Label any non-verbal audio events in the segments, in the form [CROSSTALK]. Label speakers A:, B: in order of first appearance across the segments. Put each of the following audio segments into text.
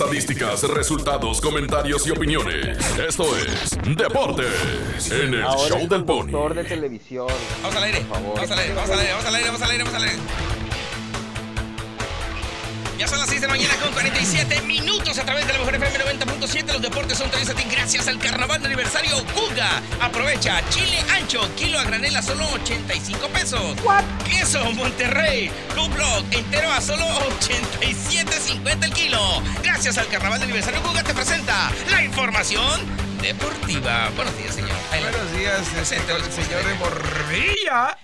A: Estadísticas, resultados, comentarios y opiniones. Esto es Deportes en el
B: Ahora
A: Show
B: es
A: del
B: conductor
A: Pony.
B: de televisión.
C: Vamos al aire,
B: Por favor.
C: vamos al aire, vamos al aire, vamos al aire, vamos al aire, vamos al aire. Ya son las 6 de la mañana con 47 minutos a través de la Mejor FM 90.7. Los deportes son traídos a ti gracias al carnaval de aniversario Guga. Aprovecha chile ancho, kilo a granel a solo 85 pesos. Queso Monterrey, Club Block entero a solo 87.50 el kilo. Gracias al carnaval de aniversario Guga te presenta la información deportiva. Buenos días, señor. Adelante.
D: Buenos días,
C: Presente,
D: señor,
C: presente.
D: señor de Morrilla.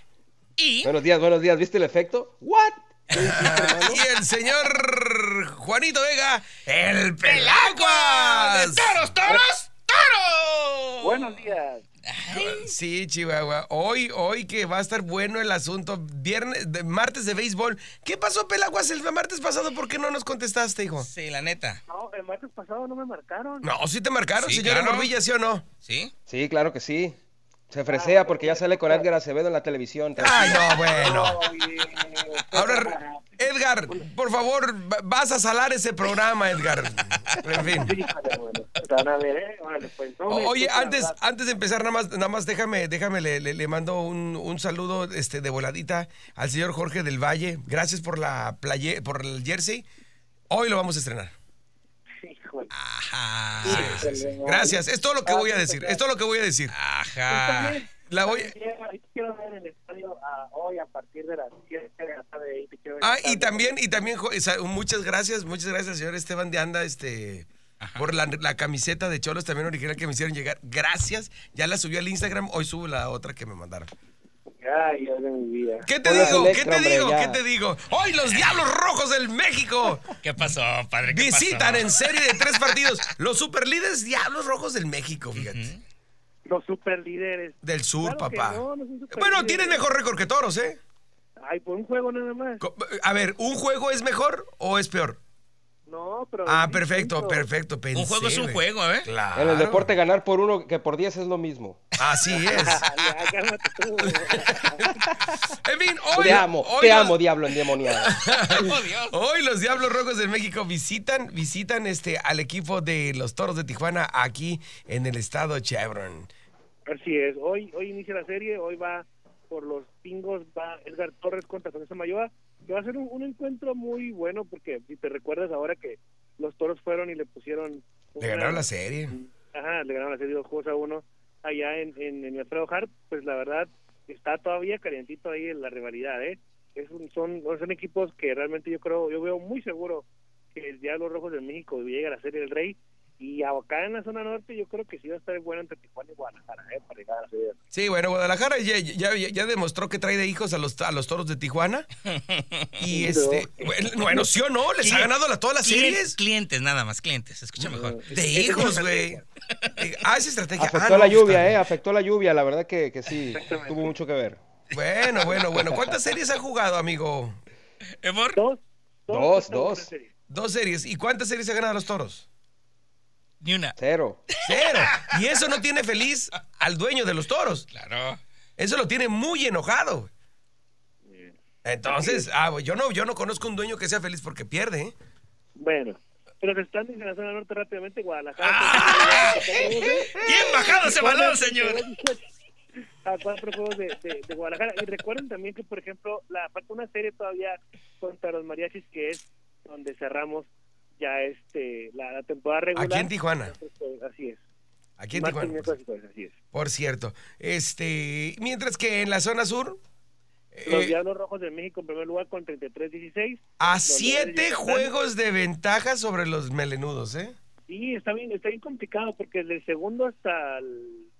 C: Y
B: Buenos días, buenos días. ¿Viste el efecto? ¿What? ¿Qué dijiste, hermano?
D: Y el señor Juanito Vega, el
C: ¡El agua!
D: Pelaguas.
C: ¡De toros, toros, toros!
E: Buenos días.
D: Sí, Chihuahua. Hoy, hoy que va a estar bueno el asunto. Viernes, de- martes de béisbol. ¿Qué pasó, Pelaguas, el martes pasado? ¿Por qué no nos contestaste, hijo?
C: Sí, la neta.
E: No, el martes pasado no me marcaron.
D: No, sí te marcaron,
C: Sí,
D: señor de
C: claro.
D: Morrilla, ¿sí o no?
C: ¿Sí?
B: Sí, claro que sí.
E: Ah,
B: Se fresea porque ya sale con Edgar Acevedo en la televisión.
D: Ay, no, bueno.
E: Oye,
D: Ahora, Edgar, por favor, va- vas a salar ese programa, Edgar. En fin.
E: híjole, bueno, Van a ver, ¿eh? Órale, pues, no me
D: Oye,
E: escuchan
D: antes, ah,
E: hablar.
D: antes de empezar, nada más, nada más déjame, déjame, le, le- le mando un, un saludo este, de voladita al señor Jorge del Valle. Gracias por la playe- por el jersey. Hoy lo vamos a estrenar.
E: Híjole.
C: Ajá.
E: Ah, Sí, sí, sí.
D: Gracias. Es todo lo que voy a decir. Es todo lo que voy a decir.
C: Ajá.
D: La voy.
E: Quiero- Quiero ver el estadio ah, hoy a partir de las 7 de la tarde. ahí te quiero ver
D: Ah,
E: el
D: y
E: estadio.
D: también, y también, jo- esa- muchas gracias, muchas gracias, señor Esteban de Anda, este, por la, la camiseta de Cholos también original que me hicieron llegar. Gracias. Ya la subí al Instagram. Hoy subo la otra que me mandaron.
E: Ay, Dios de mi vida.
D: ¿Qué te
B: Hola,
D: digo? ¿Qué
B: Electra,
D: te
B: hombre,
D: digo?
B: ya.
D: ¿Qué te digo? Hoy los Diablos Rojos del México
C: ¿Qué pasó, padre? [LAUGHS] ¿Qué
D: visitan
C: pasó?
D: en serie de tres partidos los superlíderes Diablos Rojos del México, fíjate.
E: Los superlíderes.
D: Del sur,
E: Claro que
D: papá.
E: no, no son superlíderes.
D: bueno, tienen mejor récord que Toros, ¿eh?
E: Ay, por un juego nada más.
D: Co- A ver, ¿un juego es mejor o es peor?
E: No, pero.
D: Ah,
E: sí,
D: perfecto,
E: punto.
D: perfecto. Pensé,
C: Un juego es un
D: güey.
C: juego, ¿eh?
D: Claro.
B: En el deporte ganar por uno que por diez es lo mismo.
D: Así
B: [LAUGHS]
D: es.
E: Ah, [LAUGHS] ya, cálmate tú.
D: [LAUGHS] En fin, hoy.
B: Te amo,
D: hoy
B: te
D: los-
B: amo, diablo endemoniado.
C: [LAUGHS] Oh, Dios.
D: Hoy los Diablos Rojos del México visitan, visitan este, al equipo de los Toros de Tijuana aquí en el estado Chevron.
E: Así es. Hoy, hoy inicia la serie. Hoy va por los pingos. Va Edgar Torres contra José Samayoa. Que va a ser un, un encuentro muy bueno porque si te recuerdas ahora que los toros fueron y le pusieron.
D: Le
E: una-
D: ganaron la serie.
E: Ajá, le ganaron la serie dos juegos a uno allá en, en, en Alfredo Hart. Pues la verdad está todavía calientito ahí en la rivalidad, ¿eh? Es un- son, son equipos que realmente yo creo, yo veo muy seguro que el Diablo Rojos de México llega a la serie del Rey. Y acá en la zona norte yo creo que sí va a estar bueno entre Tijuana y Guadalajara, ¿eh? Para llegar a la serie.
D: Sí, bueno, Guadalajara ya, ya- ya- ya demostró que trae de hijos a los, a los toros de Tijuana. Y este. Bueno, bueno, sí o no, les ha ganado a todas las
C: Clien-
D: series.
C: Clientes, nada más, clientes. Escucha mejor. [LAUGHS]
D: De hijos, güey. Ah, esa estrategia.
B: Afectó la lluvia, ¿eh? Afectó la lluvia, la verdad que, que sí,
E: Exactamente.
B: tuvo mucho que ver.
D: Bueno,
B: [LAUGHS]
D: bueno, bueno. ¿Cuántas series han jugado, amigo?
C: ¿eh, Amor.
E: Dos.
B: Dos,
E: esta buena
B: dos.
E: serie.
D: Dos series. ¿Y cuántas series ha ganado los toros?
C: Ni una.
B: Cero.
D: Cero. Y eso no tiene feliz al dueño de los toros.
C: Claro.
D: Eso lo tiene muy enojado. Entonces, ah, güey, yo no, yo no conozco un dueño que sea feliz porque pierde. ¿eh?
E: Bueno, pero los standings en la zona norte rápidamente, Guadalajara.
B: ¡Ah!
E: [LAUGHS]
D: Eh,
C: Bien bajado ese balón, señor.
E: A cuatro juegos de, de- de Guadalajara. Y recuerden también que, por ejemplo, la falta una serie todavía contra los mariachis, que es donde cerramos ya este la, la temporada regular.
D: Aquí en Tijuana.
E: Entonces, pues, Así es.
D: Aquí en
E: Martes,
D: Tijuana. pues.
E: miércoles y jueves, así es.
D: Por cierto. Este, mientras que en la zona sur,
E: Los
D: eh,
E: Diablos Rojos de México en primer lugar con 33-16.
D: a
E: Los Leones
D: siete
E: están-
D: juegos de ventaja sobre los melenudos, ¿eh?
E: Sí, está bien, está bien complicado porque del segundo hasta el,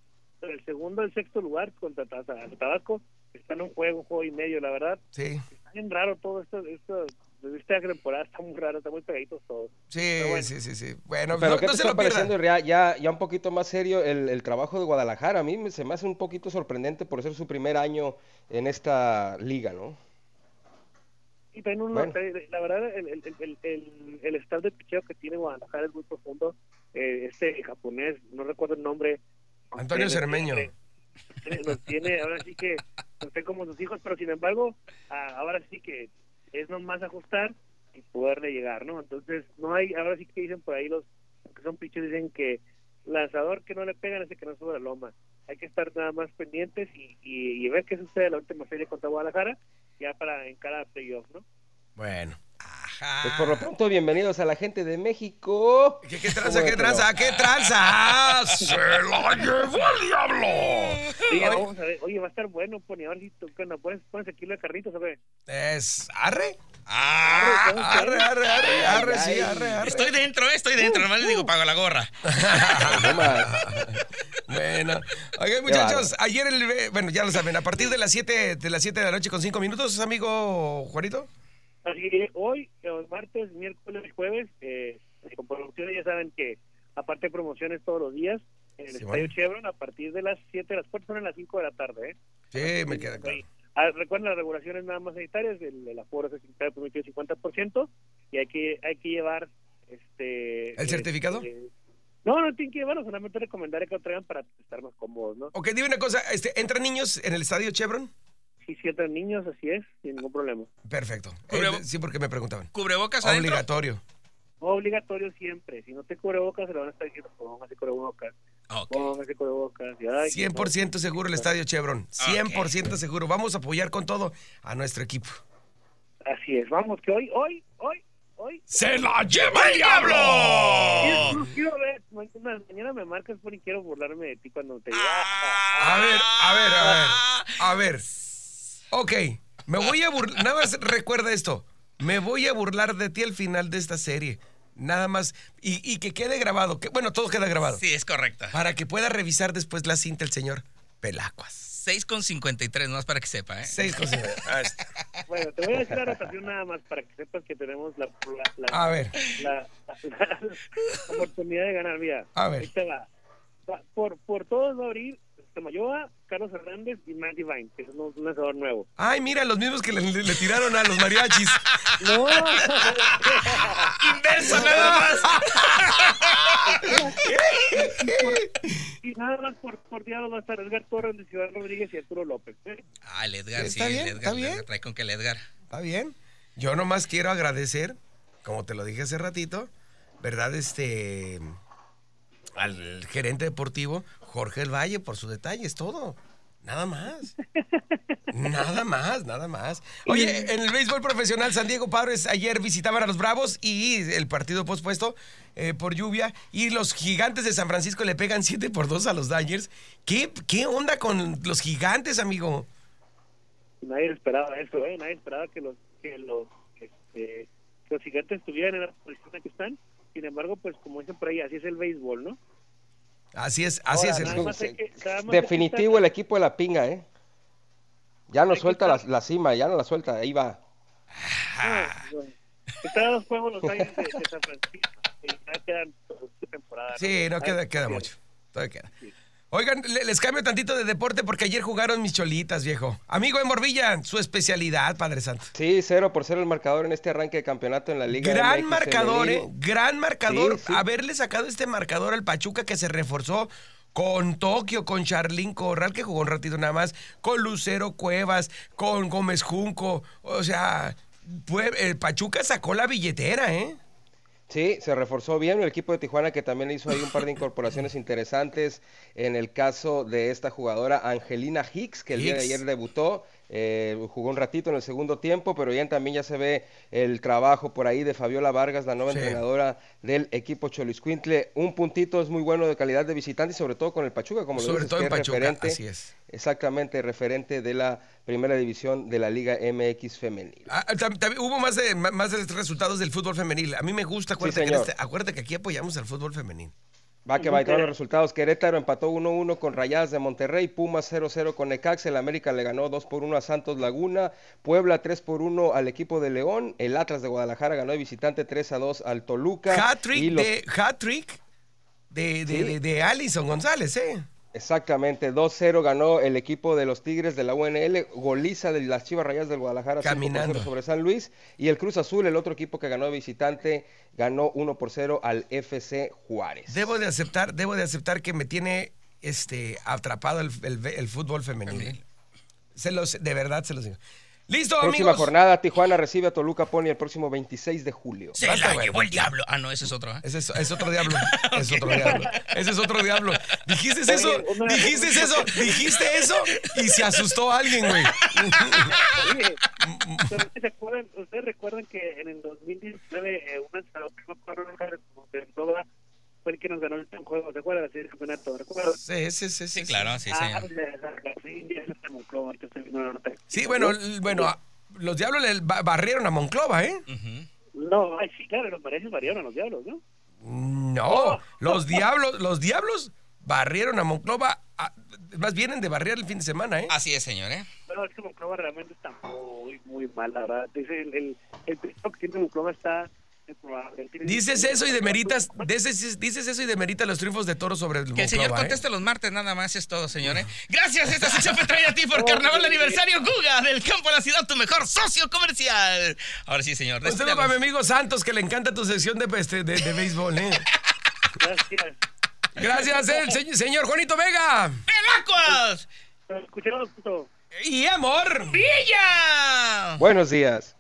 E: del segundo al sexto lugar contra Ta- hasta Tabasco están un juego, un juego y medio, la verdad.
D: Sí.
E: Está bien raro todo esto, esto esta temporada está muy raro, está muy pegaditos todos.
D: Sí,
E: bueno.
D: sí, sí, sí. Bueno,
B: Pero
D: no,
B: ¿qué
D: no
B: te
D: se
B: está
D: lo pierdan.
B: pareciendo ya, ya, ya un poquito más serio el, el trabajo de Guadalajara? A mí me- se me hace un poquito sorprendente por ser su primer año en esta liga, ¿no?
E: Y traen un-
B: Bueno.
E: traen- la verdad, el, el, el, el, el staff de picheo que tiene Guadalajara es muy profundo. Eh, este japonés, no recuerdo el nombre.
D: Antonio
E: Nos
D: Cermeño.
E: tiene- Nos tiene, ahora sí que, nos tiene como sus hijos, pero sin embargo, a- ahora sí que es nomás ajustar y poderle llegar, ¿no? Entonces, no hay, ahora sí que dicen por ahí los que son pichos, dicen que lanzador que no le pegan es el que no sube la loma. Hay que estar nada más pendientes y, y, y ver qué sucede en la última serie contra Guadalajara, ya para encarar a playoff, ¿no?
D: Bueno.
B: Pues por
D: Ah.
B: lo pronto, bienvenidos a la gente de México.
D: ¿Qué, qué tranza, qué tranza, qué tranza? ¡Ah, [LAUGHS] ¡Se la llevó el diablo!
E: Oye, vamos a ver, oye, va a estar bueno, Pony, ahora sí, tú, ¿qué onda? ¿Pones, pones el kilo de carritos o qué?
D: Es. ¿Arre? Ah, arre, arre, arre, arre, sí, arre, arre.
C: Estoy dentro, eh, estoy dentro. Nomás les digo,
D: Uh,
C: pago la gorra.
B: No más.
D: Bueno, oigan muchachos, ayer el, eh, bueno, ya lo saben, a partir de las 7 de las 7 de la noche con 5 minutos, amigo Juanito.
E: Así que hoy, los martes, miércoles y jueves, eh, con producciones ya saben que, aparte de promociones todos los días, en el
D: Sí,
E: Estadio
D: bueno.
E: Chevron, a partir de las 7, las puertas son a las 5 de la tarde, ¿eh?
D: Sí, me queda claro.
E: Ahí. Ah, recuerden las regulaciones nada más sanitarias, el, el aforo se está permitido 50% y hay que hay que llevar este
D: ¿El certificado?
E: eh, no, no tienen que llevarlo, solamente recomendaré que lo traigan para estar más cómodos, ¿no?
D: Ok, dime una cosa, este, ¿entran niños en el estadio Chevron?
E: Si sientan niños, así es, sin ningún problema.
D: Perfecto.
C: Hombre,
D: Eh, sí, porque me preguntaban.
C: ¿Cubrebocas adentro?
D: Obligatorio.
E: Obligatorio siempre, si no te cubrebocas se lo van a estar diciendo, póngase cubrebocas,
C: Ah, ok.
E: póngase cubrebocas. y, ay,
D: 100% seguro el estadio Chevron. 100% seguro. Vamos a apoyar con todo a nuestro equipo.
E: Así es, vamos, que hoy, hoy, hoy, hoy.
D: ¡Se la lleva el diablo!
E: Quiero- Quiero ver, mañana, mañana me marcas por y quiero burlarme de ti cuando te diga.
C: Ah.
D: A ver, a ver, a ver. A ver. Ok, me voy a burlar. Nada más recuerda esto. Me voy a burlar de ti al final de esta serie. Nada más. Y, y que quede grabado. Que, bueno, todo queda grabado.
C: Sí, es correcta.
D: Para que pueda revisar después la cinta el señor Pelacuas.
C: 6,53, nomás para que sepa, ¿eh?
D: Seis cosas.
E: Bueno, te voy a decir la rotación nada más para que sepas que tenemos la, la, la-
D: A ver.
E: la- la- la oportunidad de ganar. Mira,
D: A ver.
E: ahí te va. Va- Por, por todos va a abrir Tamayoa, Carlos Hernández y Matt Divine, que es un un
D: [LAUGHS]
E: lanzador nuevo.
D: Ay, mira, los mismos que le, le- le tiraron a los
C: [LAUGHS]
D: mariachis.
E: ¡No!
C: Inverso nada más.
E: y nada más por, por diablo va a estar Edgar Torres de Ciudad Rodríguez y Arturo López. ¿eh?
C: Ah, el Edgar, sí,
D: Está
C: el
D: bien,
C: Edgar,
D: está
C: el
D: bien.
C: Edgar, Trae con que el Edgar.
D: Está bien. Yo nomás quiero agradecer, como te lo dije hace ratito, ¿verdad? Este. Al gerente deportivo Jorge El Valle por su detalle, es todo. Nada más. Nada más, nada más. Oye, en el béisbol profesional, San Diego Padres ayer visitaban a los Bravos y el partido pospuesto eh, por lluvia. Y los gigantes de San Francisco le pegan 7 por 2 a los Dodgers. ¿Qué, ¿Qué onda con los gigantes, amigo?
E: Nadie esperaba eso, ¿eh? Nadie esperaba que los que los, este, que los gigantes estuvieran en la posición en la que están. Sin embargo, pues como dicen por ahí, así es el béisbol, ¿no?
D: Así es, así
E: Ahora,
D: es. el
E: nada
D: béisbol.
E: más hay que- nada más hay que
B: Pues, Definitivo el equipo de la pinga, ¿eh? Ya no
E: Hay que
B: suelta la,
E: estar-
B: la cima, ya no la suelta, ahí va.
D: Ah.
E: No, no. Ah, Está a dos juegos los años de, de San Francisco. Y ya quedan dos temporadas.
D: Sí, no queda,
E: Ay,
D: queda
E: sí.
D: mucho. Todavía queda.
E: Sí.
D: Oigan, le- les cambio tantito de deporte porque ayer jugaron mis cholitas, viejo. Amigo de Morvilla, su especialidad, Padre Santo.
B: Sí, cero por cero el marcador en este arranque de campeonato en la Liga
D: Gran
B: MX
D: marcador, ¿eh?
B: femenil.
D: Gran marcador.
B: Sí, sí.
D: Haberle sacado este marcador al Pachuca que se reforzó con Tokio, con Charlín Corral, que jugó un ratito nada más, con Lucero Cuevas, con Gómez Junco. O sea, fue- el Pachuca sacó la billetera, ¿eh?
B: Sí, se reforzó bien el equipo de Tijuana que también hizo ahí un par de incorporaciones interesantes. En el caso de esta jugadora Angelina Hicks, que el día de
D: Hicks.
B: ayer debutó, eh, jugó un ratito en el segundo tiempo, pero ya también ya se ve el trabajo por ahí de Fabiola Vargas, la nueva
D: Sí.
B: entrenadora del equipo Choliscuintle. Un puntito es muy bueno de calidad de visitante y sobre todo con el Pachuca, como lo
D: Sobre
B: dices,
D: todo
B: que
D: en
B: es
D: Pachuca,
B: referente,
D: así es.
B: exactamente referente de la primera división de la Liga MX femenil.
D: Ah, tam- también hubo más de ma- más de resultados del fútbol femenil. A mí me gusta, acuérdate, que, en
B: señor.
D: este- acuérdate que aquí apoyamos al fútbol femenil.
B: Va que va, y todos
E: Nunca.
B: los resultados. Querétaro empató 1-1 con Rayadas de Monterrey, Pumas 0-0 con Necaxa, el América le ganó 2-1 a Santos Laguna, Puebla 3-1 al equipo de León, el Atlas de Guadalajara ganó de visitante 3-2 al Toluca. y
D: Hat-trick
B: los-
D: de, hat-trick de, de,
B: Sí.
D: de- de Alison González, ¿eh?
B: Exactamente, 2-0 ganó el equipo de los Tigres de la UNL, goliza de las Chivas Rayadas del Guadalajara 5 por
D: Caminando.
B: 0 sobre San Luis y el Cruz Azul, el otro equipo que ganó de visitante, ganó 1-0 al FC Juárez.
D: Debo de aceptar, debo de aceptar que me tiene este atrapado el, el- el fútbol femenil. ¿eh? Se los, de verdad se los digo. Listo,
B: Próxima
D: amigos.
B: jornada, Tijuana recibe a Toluca Pony el próximo 26 de julio.
C: Se
D: Basta,
C: la
D: güey.
C: llevó el diablo. Ah, no, ese es otro. ¿eh?
D: Ese es, es otro diablo. Es otro diablo. Ese es otro diablo. Dijiste eso,
E: Oye, una-
D: dijiste eso, dijiste eso y se asustó alguien, güey.
E: Oye,
D: Mm,
E: ¿ustedes recuerdan, ustedes recuerdan que en el 2019 eh, un lanzador que no corrió nunca de Toba fue el que nos ganó el juego? ¿Se acuerdan? Así el campeonato, ¿recuerdan?
D: Sí, sí, sí,
C: Sí, claro, sí,
E: Ah,
C: sí.
E: de la García, de Monclova, que se vino al norte.
D: Sí, bueno, l- bueno, a- los diablos le ba- barrieron a Monclova, ¿eh?
C: Ujú.
E: No, ay, sí, claro, los parejas variaron los diablos, ¿no?
C: Oh.
D: No, los diablos, los diablos barrieron a Monclova, a- más vienen de barrer el fin de semana, ¿eh?
C: Así es, señor, ¿eh?
E: Pero es que Monclova realmente está muy, muy mal, la verdad. Dice el, el, el piso que tiene Monclova está reprobable. Tiene-
D: Dices eso y demeritas, dices, dices eso y demeritas los triunfos de toro sobre el
C: Que el señor
D: Monclova, ¿eh?
C: conteste los martes, nada más es todo, señores. Gracias, esta sección fue traída a ti por Carnaval de Aniversario Guga, del campo a la ciudad, tu mejor socio comercial. Ahora sí, señor.
D: Un saludo para mi
C: despídanos.
D: amigo Santos, que le encanta tu sección de, este, de, de béisbol,
C: [LAUGHS]
D: ¿eh?
E: Gracias.
D: Gracias, el se- señor Juanito Vega.
C: ¡El Acuas!
E: Escuchamos, puto.
D: Y amor.
C: ¡Villa!
B: Buenos días.